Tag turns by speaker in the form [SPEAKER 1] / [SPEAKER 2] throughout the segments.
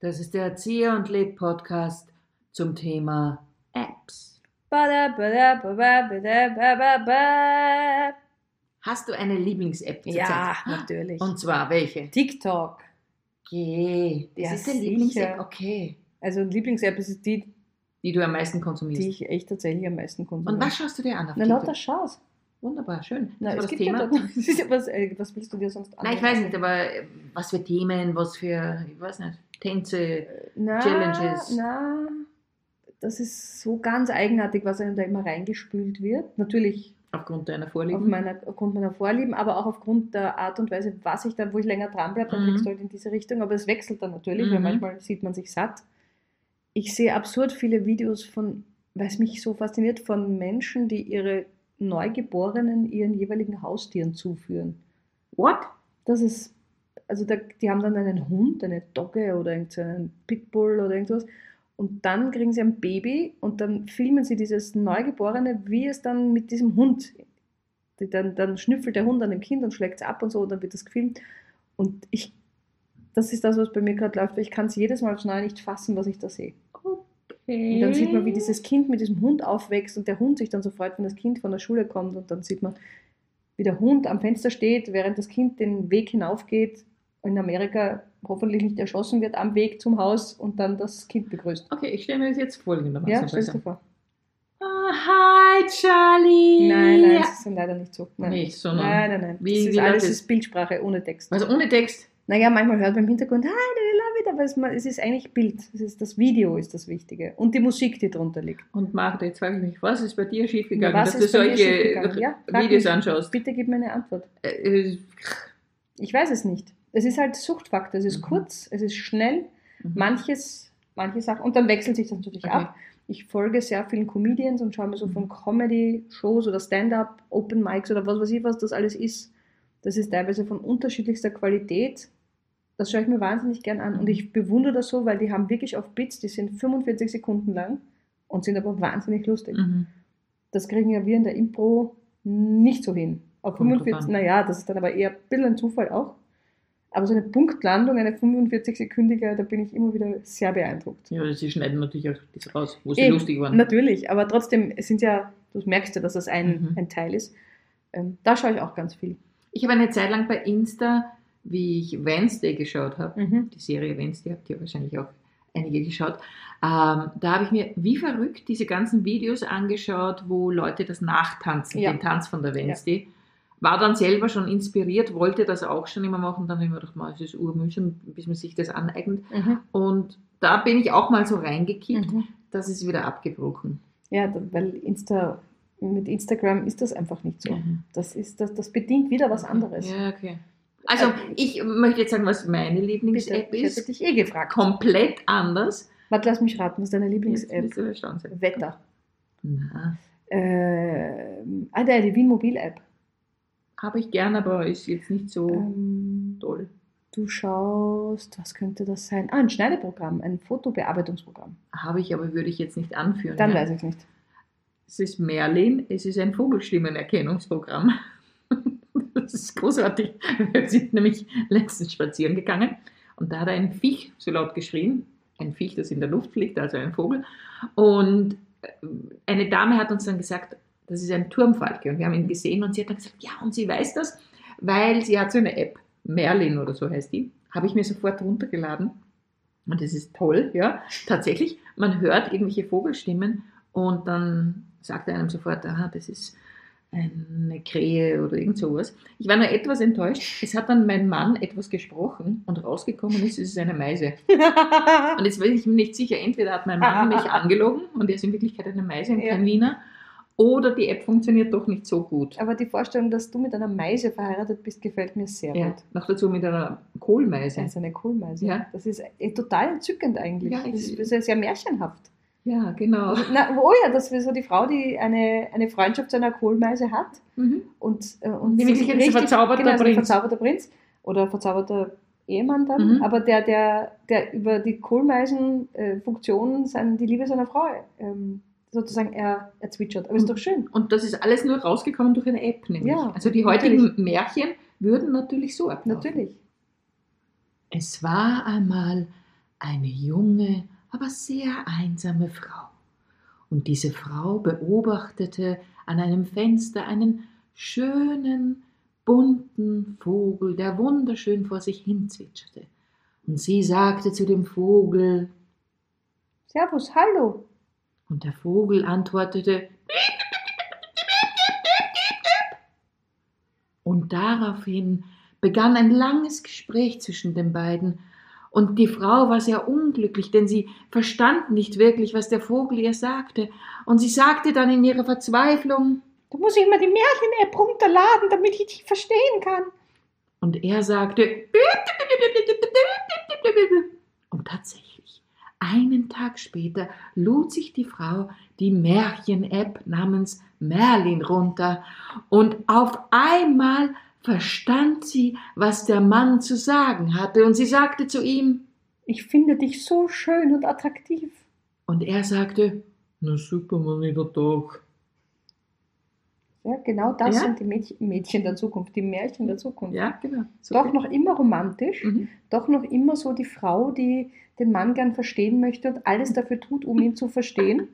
[SPEAKER 1] Das ist der Erzieher und Leb Podcast zum Thema Apps. Hast du eine Lieblings-App zurzeit?
[SPEAKER 2] Ja, natürlich.
[SPEAKER 1] Ah. Und zwar welche?
[SPEAKER 2] TikTok.
[SPEAKER 1] Okay, das
[SPEAKER 2] Ja,
[SPEAKER 1] ist deine
[SPEAKER 2] sicher.
[SPEAKER 1] Lieblings-App, okay.
[SPEAKER 2] Also Lieblings-App ist die,
[SPEAKER 1] Die du am meisten konsumierst.
[SPEAKER 2] die ich echt tatsächlich am meisten konsumiere.
[SPEAKER 1] Und was schaust du dir an auf
[SPEAKER 2] Na,
[SPEAKER 1] TikTok?
[SPEAKER 2] lauter Schaus.
[SPEAKER 1] Wunderbar, schön.
[SPEAKER 2] Na,
[SPEAKER 1] das
[SPEAKER 2] es
[SPEAKER 1] war das
[SPEAKER 2] gibt
[SPEAKER 1] Thema.
[SPEAKER 2] ja dort, was, äh, was willst du dir sonst
[SPEAKER 1] Nein, ich weiß nicht, aber äh, was für Themen, was für, ich weiß nicht, Tänze.
[SPEAKER 2] na,
[SPEAKER 1] Challenges.
[SPEAKER 2] Na, das ist so ganz eigenartig, was einem da immer reingespült wird. Natürlich
[SPEAKER 1] Aufgrund deiner
[SPEAKER 2] auf
[SPEAKER 1] Vorlieben.
[SPEAKER 2] meiner, aufgrund meiner Vorlieben, aber auch aufgrund der Art und Weise, was ich dann, wo ich länger dranbleibe, dann
[SPEAKER 1] Mhm.
[SPEAKER 2] kriegst du halt in diese Richtung. Aber es wechselt dann natürlich, weil
[SPEAKER 1] Mhm.
[SPEAKER 2] manchmal sieht man sich satt. Ich sehe absurd viele Videos von, weil es mich so fasziniert, von Menschen, die ihre Neugeborenen ihren jeweiligen Haustieren zuführen.
[SPEAKER 1] What?
[SPEAKER 2] Das ist, also da, die haben dann einen Hund, eine Dogge oder irgendeinen Pitbull oder irgendwas. Und dann kriegen sie ein Baby und dann filmen sie dieses Neugeborene, wie es dann mit diesem Hund, die dann, dann schnüffelt der Hund an dem Kind und schlägt es ab und so und dann wird das gefilmt. Und ich, das ist das, was bei mir gerade läuft, weil ich kann es jedes Mal aufs Neue nicht fassen, was ich da sehe. Und dann sieht
[SPEAKER 1] Mhm.
[SPEAKER 2] man, wie dieses Kind mit diesem Hund aufwächst und der Hund sich dann so freut, wenn das Kind von der Schule kommt. Und dann sieht man, wie der Hund am Fenster steht, während das Kind den Weg hinaufgeht, in Amerika hoffentlich nicht erschossen wird, am Weg zum Haus und dann das Kind begrüßt.
[SPEAKER 1] Okay, ich stelle mir das jetzt folgendermaßen
[SPEAKER 2] ja,
[SPEAKER 1] vor.
[SPEAKER 2] stellst du vor.
[SPEAKER 1] Ah, hi, Charlie!
[SPEAKER 2] Nein, nein, das ist dann leider nicht so. Nein,
[SPEAKER 1] Nicht, sondern.
[SPEAKER 2] nein, nein. nein.
[SPEAKER 1] Wie-
[SPEAKER 2] das ist
[SPEAKER 1] wie
[SPEAKER 2] alles
[SPEAKER 1] läuft
[SPEAKER 2] ist Bildsprache ohne Text.
[SPEAKER 1] Also ohne Text.
[SPEAKER 2] Naja, manchmal hört man im Hintergrund, hi, I love it, aber es, man- es ist eigentlich Bild. Es ist, das Video ist das Wichtige und die Musik, die drunter liegt.
[SPEAKER 1] Und Martha, jetzt frage ich mich, was ist bei dir schiefgegangen,
[SPEAKER 2] Was
[SPEAKER 1] dass du
[SPEAKER 2] ist bei mir
[SPEAKER 1] solche
[SPEAKER 2] schiefgegangen? Ja, frag
[SPEAKER 1] Videos
[SPEAKER 2] mich.
[SPEAKER 1] anschaust?
[SPEAKER 2] Bitte gib mir eine Antwort.
[SPEAKER 1] Äh, äh,
[SPEAKER 2] Ich weiß es nicht. Es ist halt Suchtfaktor. Es ist
[SPEAKER 1] Mhm.
[SPEAKER 2] kurz, es ist schnell,
[SPEAKER 1] mhm.
[SPEAKER 2] manches, manche Sachen. Und dann wechselt sich das natürlich
[SPEAKER 1] Okay. Mhm.
[SPEAKER 2] ab. Ich folge sehr vielen Comedians und schaue mir so von Comedy-Shows oder Stand-up, Open Mics oder was weiß ich, was das alles ist. Das ist teilweise von unterschiedlichster Qualität. Das schaue ich mir wahnsinnig gern
[SPEAKER 1] Mhm.
[SPEAKER 2] an. Und ich bewundere das so, weil die haben wirklich auf Bits, die sind 45 Sekunden lang und sind aber wahnsinnig lustig
[SPEAKER 1] Mhm.
[SPEAKER 2] das kriegen ja wir in der Impro nicht so hin. Auf
[SPEAKER 1] Kommt drauf
[SPEAKER 2] 45,
[SPEAKER 1] an.
[SPEAKER 2] naja, das ist dann aber eher ein bisschen ein Zufall auch. Aber so eine Punktlandung, eine 45-sekündige, da bin ich immer wieder sehr beeindruckt.
[SPEAKER 1] Ja, sie schneiden natürlich auch das raus, wo sie
[SPEAKER 2] Eben,
[SPEAKER 1] lustig waren.
[SPEAKER 2] Natürlich, aber trotzdem es sind ja, du merkst ja, dass das ein,
[SPEAKER 1] Mhm.
[SPEAKER 2] ein Teil ist. Ähm, da schaue ich auch ganz viel.
[SPEAKER 1] Ich habe eine Zeit lang bei Insta, wie ich Wednesday geschaut habe,
[SPEAKER 2] Mhm,
[SPEAKER 1] die Serie Wednesday, habt ihr wahrscheinlich auch einige geschaut, ähm, da habe ich mir wie verrückt diese ganzen Videos angeschaut, wo Leute das nachtanzen,
[SPEAKER 2] Ja.
[SPEAKER 1] den Tanz von der Wednesday. War dann selber schon inspiriert, wollte das auch schon immer machen, dann habe ich mir gedacht, "Ma, es ist urmühsam, bis man sich das aneignet.
[SPEAKER 2] Mhm.
[SPEAKER 1] Und da bin ich auch mal so reingekippt,
[SPEAKER 2] Mhm.
[SPEAKER 1] das ist wieder abgebrochen.
[SPEAKER 2] Ja, da- weil Insta, mit Instagram ist das einfach nicht so. Das, ist, das, das bedient wieder was anderes. Äh,
[SPEAKER 1] Ja, okay. Also, ich möchte jetzt sagen, was meine
[SPEAKER 2] Bitte,
[SPEAKER 1] Lieblings-App
[SPEAKER 2] ich hätte
[SPEAKER 1] ist.
[SPEAKER 2] dich eh gefragt.
[SPEAKER 1] Komplett anders.
[SPEAKER 2] Warte, lass mich raten, was ist deine Lieblings-App?
[SPEAKER 1] Jetzt wirst du erstaunt sein.
[SPEAKER 2] Wetter.
[SPEAKER 1] Na,
[SPEAKER 2] Ähm, ah, der, die Wien Mobil App.
[SPEAKER 1] habe ich gern, aber ist jetzt nicht so
[SPEAKER 2] Ähm,
[SPEAKER 1] toll.
[SPEAKER 2] du schaust, was könnte das sein? Ah, ein Schneideprogramm, ein Fotobearbeitungsprogramm.
[SPEAKER 1] Habe ich, aber würde ich jetzt nicht anführen.
[SPEAKER 2] Dann
[SPEAKER 1] ja.
[SPEAKER 2] weiß ich es nicht.
[SPEAKER 1] Es ist Merlin, es ist ein Vogelstimmenerkennungsprogramm. Das ist großartig. Wir sind nämlich letztens spazieren gegangen und da hat ein Viech so laut geschrien. Ein Viech, das in der Luft fliegt, also ein Vogel. Und äh, eine Dame hat uns dann gesagt, das ist ein Turmfalke. Und wir haben ihn gesehen und sie hat dann gesagt, ja, und sie weiß das, weil sie hat so eine App, Merlin oder so heißt die, habe ich mir sofort runtergeladen. Und das ist toll, ja. Tatsächlich, man hört irgendwelche Vogelstimmen und dann sagt er einem sofort, aha, das ist eine Krähe oder irgend sowas. Ich war nur etwas enttäuscht. Es hat dann mein Mann etwas gesprochen und rausgekommen ist, es ist eine Meise. Und jetzt bin ich mir nicht sicher, entweder hat mein Mann mich angelogen und er ist in Wirklichkeit eine Meise und
[SPEAKER 2] Ja.
[SPEAKER 1] kein Wiener, oder die App funktioniert doch nicht so gut.
[SPEAKER 2] Aber die Vorstellung, dass du mit einer Meise verheiratet bist, gefällt mir sehr
[SPEAKER 1] Ja,
[SPEAKER 2] gut.
[SPEAKER 1] noch dazu mit einer
[SPEAKER 2] Das
[SPEAKER 1] Kohlmeise.
[SPEAKER 2] ist eine Kohlmeise.
[SPEAKER 1] Ja.
[SPEAKER 2] Das ist eh total entzückend eigentlich.
[SPEAKER 1] Ja,
[SPEAKER 2] das
[SPEAKER 1] ich-
[SPEAKER 2] ist das ist sehr märchenhaft.
[SPEAKER 1] Ja, genau.
[SPEAKER 2] Na, oh ja, das ist so die Frau, die eine, eine Freundschaft zu einer Kohlmeise hat.
[SPEAKER 1] Mhm.
[SPEAKER 2] Und, äh, und
[SPEAKER 1] In Wirklichkeit ist er verzauberter
[SPEAKER 2] genau, ist er
[SPEAKER 1] Prinz.
[SPEAKER 2] verzauberter Prinz oder verzauberter Ehemann dann,
[SPEAKER 1] Mhm.
[SPEAKER 2] aber der, der, der über die Kohlmeisen-Funktion sein, die Liebe seiner Frau ähm, sozusagen er,
[SPEAKER 1] Mhm.
[SPEAKER 2] er zwitschert. Aber ist doch schön.
[SPEAKER 1] Und das ist alles nur rausgekommen durch eine App, nämlich.
[SPEAKER 2] Ja,
[SPEAKER 1] also die heutigen
[SPEAKER 2] natürlich.
[SPEAKER 1] Märchen würden natürlich so ablaufen.
[SPEAKER 2] Natürlich.
[SPEAKER 1] Es war einmal eine junge, aber sehr einsame Frau. Und diese Frau beobachtete an einem Fenster einen schönen, bunten Vogel, der wunderschön vor sich hin zwitscherte. Und sie sagte zu dem Vogel,
[SPEAKER 2] Servus, hallo.
[SPEAKER 1] und der Vogel antwortete, und daraufhin begann ein langes Gespräch zwischen den beiden, und die Frau war sehr unglücklich, denn sie verstand nicht wirklich, was der Vogel ihr sagte, und sie sagte dann in ihrer Verzweiflung,
[SPEAKER 2] Da muss ich mal die Märchen-App runterladen, damit ich dich verstehen kann.
[SPEAKER 1] Und er sagte. Und tatsächlich, einen Tag später lud sich die Frau die Märchen-App namens Merlin runter und auf einmal verstand sie, was der Mann zu sagen hatte und sie sagte zu ihm
[SPEAKER 2] Ich finde dich so schön und attraktiv.
[SPEAKER 1] und er sagte, na super, Mann, jeder Tag.
[SPEAKER 2] Ja, genau das
[SPEAKER 1] Ja.
[SPEAKER 2] sind die Mädchen, Mädchen der Zukunft, die Märchen der Zukunft.
[SPEAKER 1] Ja, genau. So
[SPEAKER 2] Doch noch immer romantisch,
[SPEAKER 1] Mhm.
[SPEAKER 2] doch noch immer so die Frau, die den Mann gern verstehen möchte und alles dafür tut, um ihn zu verstehen.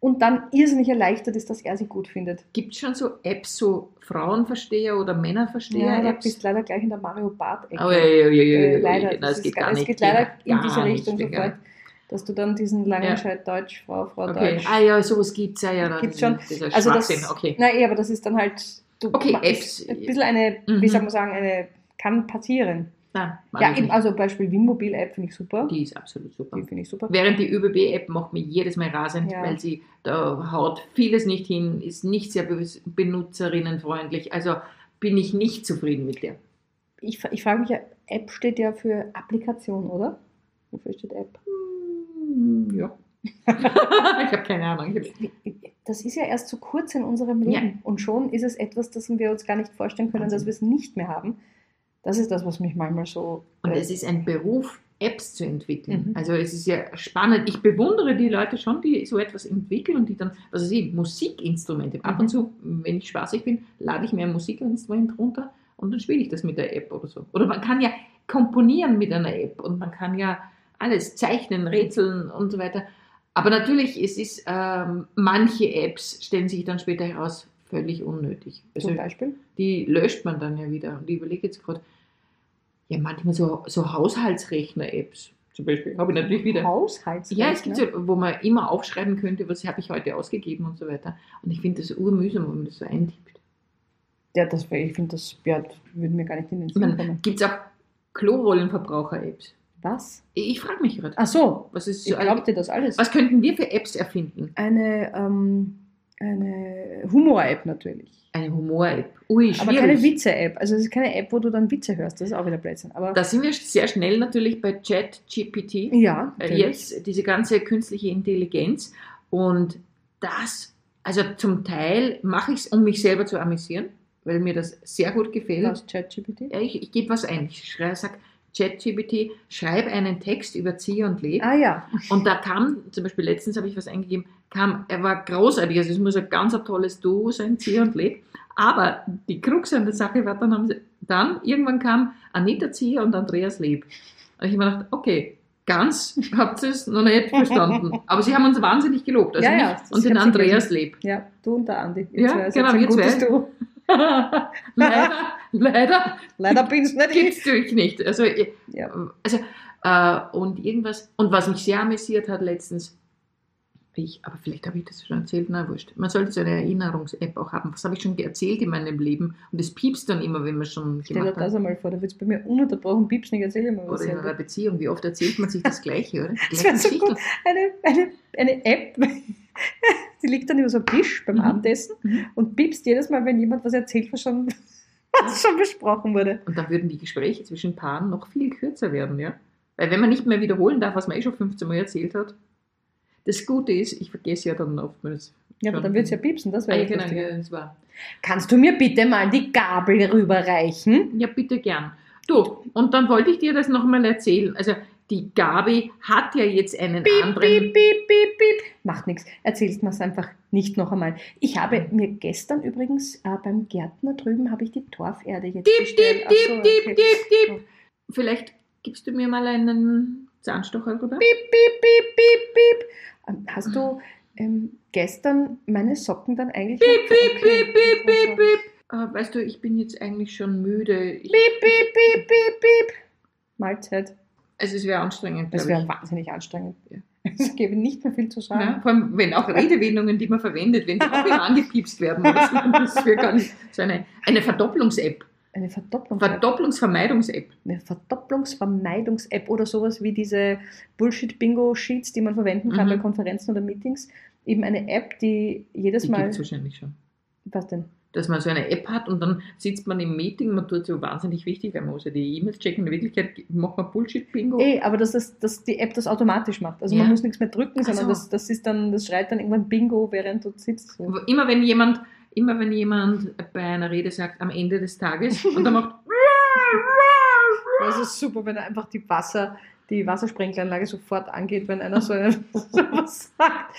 [SPEAKER 2] Und dann irrsinnig erleichtert ist, dass er sie gut findet.
[SPEAKER 1] Gibt es schon so Apps, so Frauenversteher oder
[SPEAKER 2] Ja, du
[SPEAKER 1] Männerversteher-Apps?
[SPEAKER 2] bist leider gleich in der Mario Barth-Ecke.
[SPEAKER 1] Oh, ja, ja, ja, ja,
[SPEAKER 2] Äh,
[SPEAKER 1] ja,
[SPEAKER 2] leider,
[SPEAKER 1] ja,
[SPEAKER 2] das
[SPEAKER 1] das
[SPEAKER 2] ist
[SPEAKER 1] geht
[SPEAKER 2] gar-
[SPEAKER 1] gar
[SPEAKER 2] es
[SPEAKER 1] nicht.
[SPEAKER 2] geht leider in
[SPEAKER 1] Gar
[SPEAKER 2] diese
[SPEAKER 1] nicht,
[SPEAKER 2] Richtung
[SPEAKER 1] geht gar
[SPEAKER 2] sofort, dass du dann diesen
[SPEAKER 1] Ja.
[SPEAKER 2] Langenscheidt Deutsch, Frau, Frau
[SPEAKER 1] Okay,
[SPEAKER 2] Deutsch.
[SPEAKER 1] ah ja, sowas gibt es ja. ja
[SPEAKER 2] Gibt's
[SPEAKER 1] dann-
[SPEAKER 2] schon.
[SPEAKER 1] Dieser
[SPEAKER 2] Also das-
[SPEAKER 1] Schwachsinn, okay.
[SPEAKER 2] Nein, eh, aber das ist dann halt du,
[SPEAKER 1] Okay,
[SPEAKER 2] ma-
[SPEAKER 1] Apps.
[SPEAKER 2] ist ein bisschen eine, wie
[SPEAKER 1] Mhm.
[SPEAKER 2] soll man sagen, eine kann passieren.
[SPEAKER 1] Nein, mag
[SPEAKER 2] Ja,
[SPEAKER 1] ich
[SPEAKER 2] eben,
[SPEAKER 1] nicht.
[SPEAKER 2] also Beispiel Windmobil-App finde ich super. Die,
[SPEAKER 1] die ist absolut super.
[SPEAKER 2] finde ich super.
[SPEAKER 1] Während die ÖBB-App macht mir jedes Mal rasend,
[SPEAKER 2] Ja.
[SPEAKER 1] weil sie da haut vieles nicht hin, ist nicht sehr be- benutzerinnenfreundlich. Also bin ich nicht zufrieden mit der.
[SPEAKER 2] Ich, fra- ich frage mich ja, App steht ja für Applikation, oder? Wofür steht App?
[SPEAKER 1] Hm, Ja. ich habe keine Ahnung. Ich hab,
[SPEAKER 2] Das ist ja erst so kurz in unserem Leben.
[SPEAKER 1] Ja.
[SPEAKER 2] Und schon ist es etwas, das wir uns gar nicht vorstellen können, dass
[SPEAKER 1] Wahnsinn.
[SPEAKER 2] wir es nicht mehr haben. Das ist das, was mich manchmal so.
[SPEAKER 1] und
[SPEAKER 2] äh,
[SPEAKER 1] es ist ein Beruf, Apps zu entwickeln.
[SPEAKER 2] Mhm.
[SPEAKER 1] Also es ist ja spannend. Ich bewundere die Leute schon, die so etwas entwickeln und die dann, also sie Musikinstrumente. Ab
[SPEAKER 2] Mhm.
[SPEAKER 1] und zu, wenn ich spaßig bin, lade ich mir ein Musikinstrument runter und dann spiele ich das mit der App oder so. Oder man kann ja komponieren mit einer App und man kann ja alles zeichnen, rätseln und so weiter. Aber natürlich, es ist, ähm, manche Apps stellen sich dann später heraus, völlig unnötig. Also
[SPEAKER 2] zum Beispiel.
[SPEAKER 1] die löscht man dann ja wieder. Und ich überlege jetzt gerade, ja, manchmal so, so Haushaltsrechner-Apps zum Beispiel. Habe ich natürlich wieder.
[SPEAKER 2] Haushaltsrechner.
[SPEAKER 1] Ja, es gibt so, wo man immer aufschreiben könnte, was habe ich heute ausgegeben und so weiter. Und ich finde das urmühsam, wenn man das so eintippt.
[SPEAKER 2] Ja, das, wär- ich finde, das, ja, das würde mir gar nicht in den
[SPEAKER 1] Ich
[SPEAKER 2] Sinn
[SPEAKER 1] meine,
[SPEAKER 2] kommen.
[SPEAKER 1] gibt es auch Klorollenverbraucher-Apps?
[SPEAKER 2] Was?
[SPEAKER 1] Ich frage mich gerade,
[SPEAKER 2] Ach so,
[SPEAKER 1] was ist
[SPEAKER 2] ich
[SPEAKER 1] so
[SPEAKER 2] glaubte das alles.
[SPEAKER 1] Was könnten wir für Apps erfinden?
[SPEAKER 2] Eine, ähm, eine Humor-App natürlich.
[SPEAKER 1] Eine Humor-App. Ui,
[SPEAKER 2] Aber keine
[SPEAKER 1] schwierig.
[SPEAKER 2] Witze-App. Also es ist keine App, wo du dann Witze hörst. Das ist auch wieder Blödsinn. Aber
[SPEAKER 1] Da sind wir sehr schnell natürlich bei ChatGPT.
[SPEAKER 2] ja,
[SPEAKER 1] Äh, jetzt diese ganze künstliche Intelligenz und das, also zum Teil mache ich es, um mich selber zu amüsieren, weil mir das sehr gut gefällt.
[SPEAKER 2] aus ChatGPT.
[SPEAKER 1] Ja, Ich, ich gebe was ein, ich schrei- sag ChatGPT, schreib einen Text über Zieh und Leb.
[SPEAKER 2] Ah ja,
[SPEAKER 1] Und da kam, zum Beispiel letztens habe ich was eingegeben, kam, er war großartig, also es muss ein ganz ein tolles Duo sein, Zieh und Leb. Aber die Krux an der Sache war, dann haben sie, dann irgendwann kam Anita Zieh und Andreas Leb. Und ich habe mir gedacht, okay, ganz habt ihr es noch nicht verstanden. Aber sie haben uns wahnsinnig gelobt. Also
[SPEAKER 2] Ja,
[SPEAKER 1] mich
[SPEAKER 2] ja, das
[SPEAKER 1] und den
[SPEAKER 2] hab's
[SPEAKER 1] Andreas Leb.
[SPEAKER 2] ja, du und der Andi. Ihr
[SPEAKER 1] Ja,
[SPEAKER 2] zwei seid
[SPEAKER 1] genau,
[SPEAKER 2] ein
[SPEAKER 1] wir
[SPEAKER 2] gutes
[SPEAKER 1] zwei.
[SPEAKER 2] Duo.
[SPEAKER 1] leider, leider
[SPEAKER 2] Leider bin es nicht ich.
[SPEAKER 1] geht's durch nicht. Also, ich-
[SPEAKER 2] Ja.
[SPEAKER 1] also äh, und irgendwas, und was mich sehr amüsiert hat letztens, ich, aber vielleicht habe ich das schon erzählt, na wurscht. Man sollte so eine Erinnerungs-App auch haben. Was habe ich schon erzählt in meinem Leben? Und es piepst dann immer, wenn man schon
[SPEAKER 2] Stell dir
[SPEAKER 1] gemacht
[SPEAKER 2] das
[SPEAKER 1] hat.
[SPEAKER 2] einmal vor, da wird es bei mir ununterbrochen piepsen. Ich erzähle mal was.
[SPEAKER 1] Oder in einer
[SPEAKER 2] selber.
[SPEAKER 1] Beziehung, wie oft erzählt man sich das Gleiche, oder? Die
[SPEAKER 2] Das
[SPEAKER 1] gleichen
[SPEAKER 2] wär so
[SPEAKER 1] Geschichten.
[SPEAKER 2] gut. Eine, eine, eine App, die liegt dann über so einem Tisch beim
[SPEAKER 1] Mhm.
[SPEAKER 2] Abendessen
[SPEAKER 1] Mhm.
[SPEAKER 2] und piepst jedes Mal, wenn jemand was erzählt, was schon, was schon besprochen wurde.
[SPEAKER 1] Und dann würden die Gespräche zwischen Paaren noch viel kürzer werden, ja? Weil wenn man nicht mehr wiederholen darf, was man eh schon 15 Mal erzählt hat. Das Gute ist, ich vergesse ja dann oftmals.
[SPEAKER 2] Ja, aber
[SPEAKER 1] Schon.
[SPEAKER 2] dann wird es ja piepsen, das
[SPEAKER 1] Ah,
[SPEAKER 2] wäre
[SPEAKER 1] ja,
[SPEAKER 2] ja
[SPEAKER 1] genau,
[SPEAKER 2] lustig.
[SPEAKER 1] ja, das war.
[SPEAKER 2] Kannst du mir bitte mal die Gabel rüberreichen?
[SPEAKER 1] Ja, bitte gern. Du, und dann wollte ich dir das nochmal erzählen. Also, die Gabi hat ja jetzt einen
[SPEAKER 2] Piep,
[SPEAKER 1] anderen.
[SPEAKER 2] piep, piep, piep, piep. Macht nichts. Erzählst mir es einfach nicht noch einmal. Ich habe mir gestern übrigens äh, beim Gärtner drüben habe ich die Torferde jetzt
[SPEAKER 1] Diep,
[SPEAKER 2] bestellt.
[SPEAKER 1] diep, diep,
[SPEAKER 2] Ach so,
[SPEAKER 1] diep,
[SPEAKER 2] okay.
[SPEAKER 1] diep, diep. Oh. Vielleicht gibst du mir mal einen Zahnstocher rüber?
[SPEAKER 2] Piep, piep, piep, piep, piep. Ähm, Hast du ähm, gestern meine Socken dann eigentlich?
[SPEAKER 1] Piep,
[SPEAKER 2] Okay.
[SPEAKER 1] piep, piep, piep, piep, piep. Äh, weißt du, ich bin jetzt eigentlich schon müde. Ich,
[SPEAKER 2] Also Piep, piep, piep, piep, piep. Mahlzeit.
[SPEAKER 1] also es wäre anstrengend,
[SPEAKER 2] Das wäre
[SPEAKER 1] glaube ich.
[SPEAKER 2] wahnsinnig anstrengend.
[SPEAKER 1] Ja.
[SPEAKER 2] Es gäbe nicht mehr viel zu sagen.
[SPEAKER 1] Ja, vor allem, wenn auch Redewendungen, die man verwendet, wenn die auch immer angepiepst werden. Oder so, das wäre gar nicht so eine, eine Verdopplungs-App.
[SPEAKER 2] Eine Verdopplung.
[SPEAKER 1] Verdopplungsvermeidungs-App.
[SPEAKER 2] eine Verdopplungsvermeidungs-App oder sowas wie diese Bullshit-Bingo-Sheets, die man verwenden kann
[SPEAKER 1] Mhm.
[SPEAKER 2] bei Konferenzen oder Meetings. Eben eine App, die jedes
[SPEAKER 1] Die
[SPEAKER 2] Mal.
[SPEAKER 1] gibt es wahrscheinlich schon.
[SPEAKER 2] Was denn?
[SPEAKER 1] Dass man so eine App hat und dann sitzt man im Meeting, man tut so wahnsinnig wichtig, weil man muss ja die E-Mails checken. In Wirklichkeit macht man Bullshit-Bingo.
[SPEAKER 2] Eh, aber dass, das, dass die App das automatisch macht. Also
[SPEAKER 1] Ja.
[SPEAKER 2] man muss nichts mehr drücken,
[SPEAKER 1] Ach
[SPEAKER 2] sondern
[SPEAKER 1] so.
[SPEAKER 2] das, das ist dann, das schreit dann irgendwann Bingo, während du sitzt. So.
[SPEAKER 1] Immer wenn jemand, immer wenn jemand bei einer Rede sagt, am Ende des Tages, und dann macht
[SPEAKER 2] Das ist super, wenn einfach die Wasser, die Wassersprenkelanlage sofort angeht, wenn einer so, einen, so was sagt.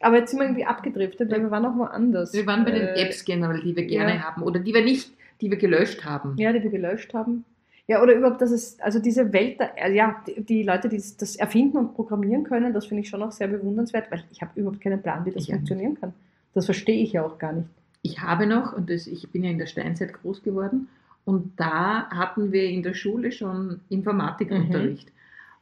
[SPEAKER 2] Aber jetzt sind wir irgendwie abgedriftet, weil wir waren auch woanders.
[SPEAKER 1] Wir waren bei den
[SPEAKER 2] Äh,
[SPEAKER 1] Apps generell, die wir gerne
[SPEAKER 2] ja.
[SPEAKER 1] haben oder die wir nicht, die wir gelöscht haben.
[SPEAKER 2] Ja, die wir gelöscht haben. Ja, oder überhaupt, dass es, also diese Welt, da- also ja, die, die Leute, die das- das erfinden und programmieren können, das finde ich schon auch sehr bewundernswert, weil ich habe überhaupt keinen Plan, wie das
[SPEAKER 1] Ich auch nicht.
[SPEAKER 2] funktionieren kann. Das verstehe ich ja auch gar nicht.
[SPEAKER 1] Ich habe noch, und das, ich bin ja in der Steinzeit groß geworden, und da hatten wir in der Schule schon Informatikunterricht.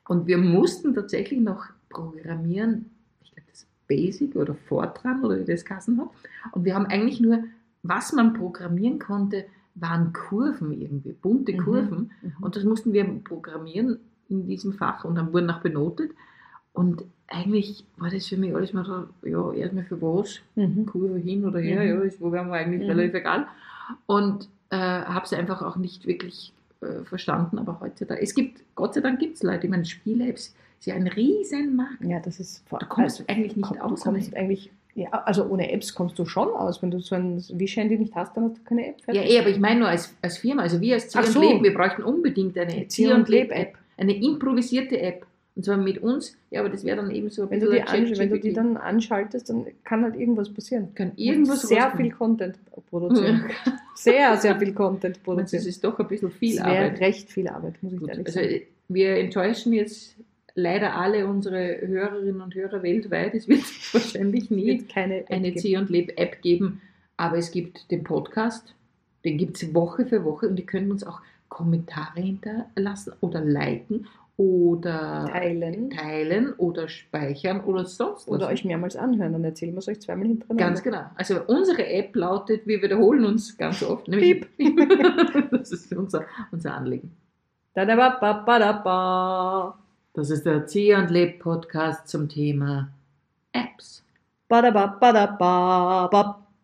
[SPEAKER 1] Und wir mussten tatsächlich noch programmieren, ich glaube, das Basic oder Fortran oder wie das Kassen hat. Und wir haben eigentlich nur, was man programmieren konnte, waren Kurven irgendwie, bunte
[SPEAKER 2] Mhm.
[SPEAKER 1] Kurven. Und das mussten wir programmieren in diesem Fach und dann wurden auch benotet. Und eigentlich war das für mich alles mal so, ja, erstmal für was?
[SPEAKER 2] Mhm.
[SPEAKER 1] Kurve hin oder her,
[SPEAKER 2] Mhm.
[SPEAKER 1] ja, ist, wo wären wir eigentlich
[SPEAKER 2] Mhm.
[SPEAKER 1] relativ egal. Und äh, habe es einfach auch nicht wirklich äh, verstanden, aber heutzutage. Es gibt, Gott sei Dank gibt es Leute, ich meine, Spiel-Apps ist ja ein Riesenmarkt.
[SPEAKER 2] Ja, das ist vor
[SPEAKER 1] Da kommst du eigentlich nicht
[SPEAKER 2] Also, komm-
[SPEAKER 1] aus.
[SPEAKER 2] Du kommst
[SPEAKER 1] damit.
[SPEAKER 2] eigentlich, ja, also ohne Apps kommst du schon aus. Wenn du so ein Wish-Handy nicht hast, dann hast du keine App.
[SPEAKER 1] Ja, eh, aber ich meine nur als, als Firma, also wir als Zieh
[SPEAKER 2] Ach
[SPEAKER 1] und
[SPEAKER 2] so.
[SPEAKER 1] Leb, wir bräuchten unbedingt eine
[SPEAKER 2] Zieh- und Leb-App.
[SPEAKER 1] Eine improvisierte App. Und zwar mit uns, ja, aber das wäre dann eben so ein
[SPEAKER 2] Wenn du, die
[SPEAKER 1] bisschen
[SPEAKER 2] ansch- wenn du die
[SPEAKER 1] ChatGPT.
[SPEAKER 2] dann anschaltest, dann kann halt irgendwas passieren.
[SPEAKER 1] kann irgendwas
[SPEAKER 2] sehr
[SPEAKER 1] rauskommen.
[SPEAKER 2] viel Content produzieren. Sehr, sehr viel Content
[SPEAKER 1] Und Das
[SPEAKER 2] produzieren.
[SPEAKER 1] ist doch ein bisschen
[SPEAKER 2] Es
[SPEAKER 1] viel
[SPEAKER 2] wär
[SPEAKER 1] Arbeit.
[SPEAKER 2] recht viel Arbeit, muss ich
[SPEAKER 1] Gut,
[SPEAKER 2] ehrlich
[SPEAKER 1] also
[SPEAKER 2] sagen.
[SPEAKER 1] äh, wir enttäuschen jetzt leider alle unsere Hörerinnen und Hörer weltweit. Es wird wahrscheinlich
[SPEAKER 2] Es
[SPEAKER 1] nie
[SPEAKER 2] wird keine App
[SPEAKER 1] eine
[SPEAKER 2] geben.
[SPEAKER 1] Zieh- und Leb-App geben, aber es gibt den Podcast, den gibt es Woche für Woche und die können uns auch Kommentare hinterlassen oder liken oder
[SPEAKER 2] teilen
[SPEAKER 1] teilen oder speichern oder sonst
[SPEAKER 2] oder
[SPEAKER 1] was.
[SPEAKER 2] euch mehrmals anhören, dann erzählen wir es euch zweimal hintereinander.
[SPEAKER 1] Ganz genau. Also unsere App lautet, wir wiederholen uns ganz oft. nämlich- das ist unser, unser Anliegen.
[SPEAKER 2] Da, da, ba, ba, ba, da, ba.
[SPEAKER 1] Das ist der Zieh und Leb Podcast zum Thema Apps.
[SPEAKER 2] Ba, da, ba, ba, da, ba, ba.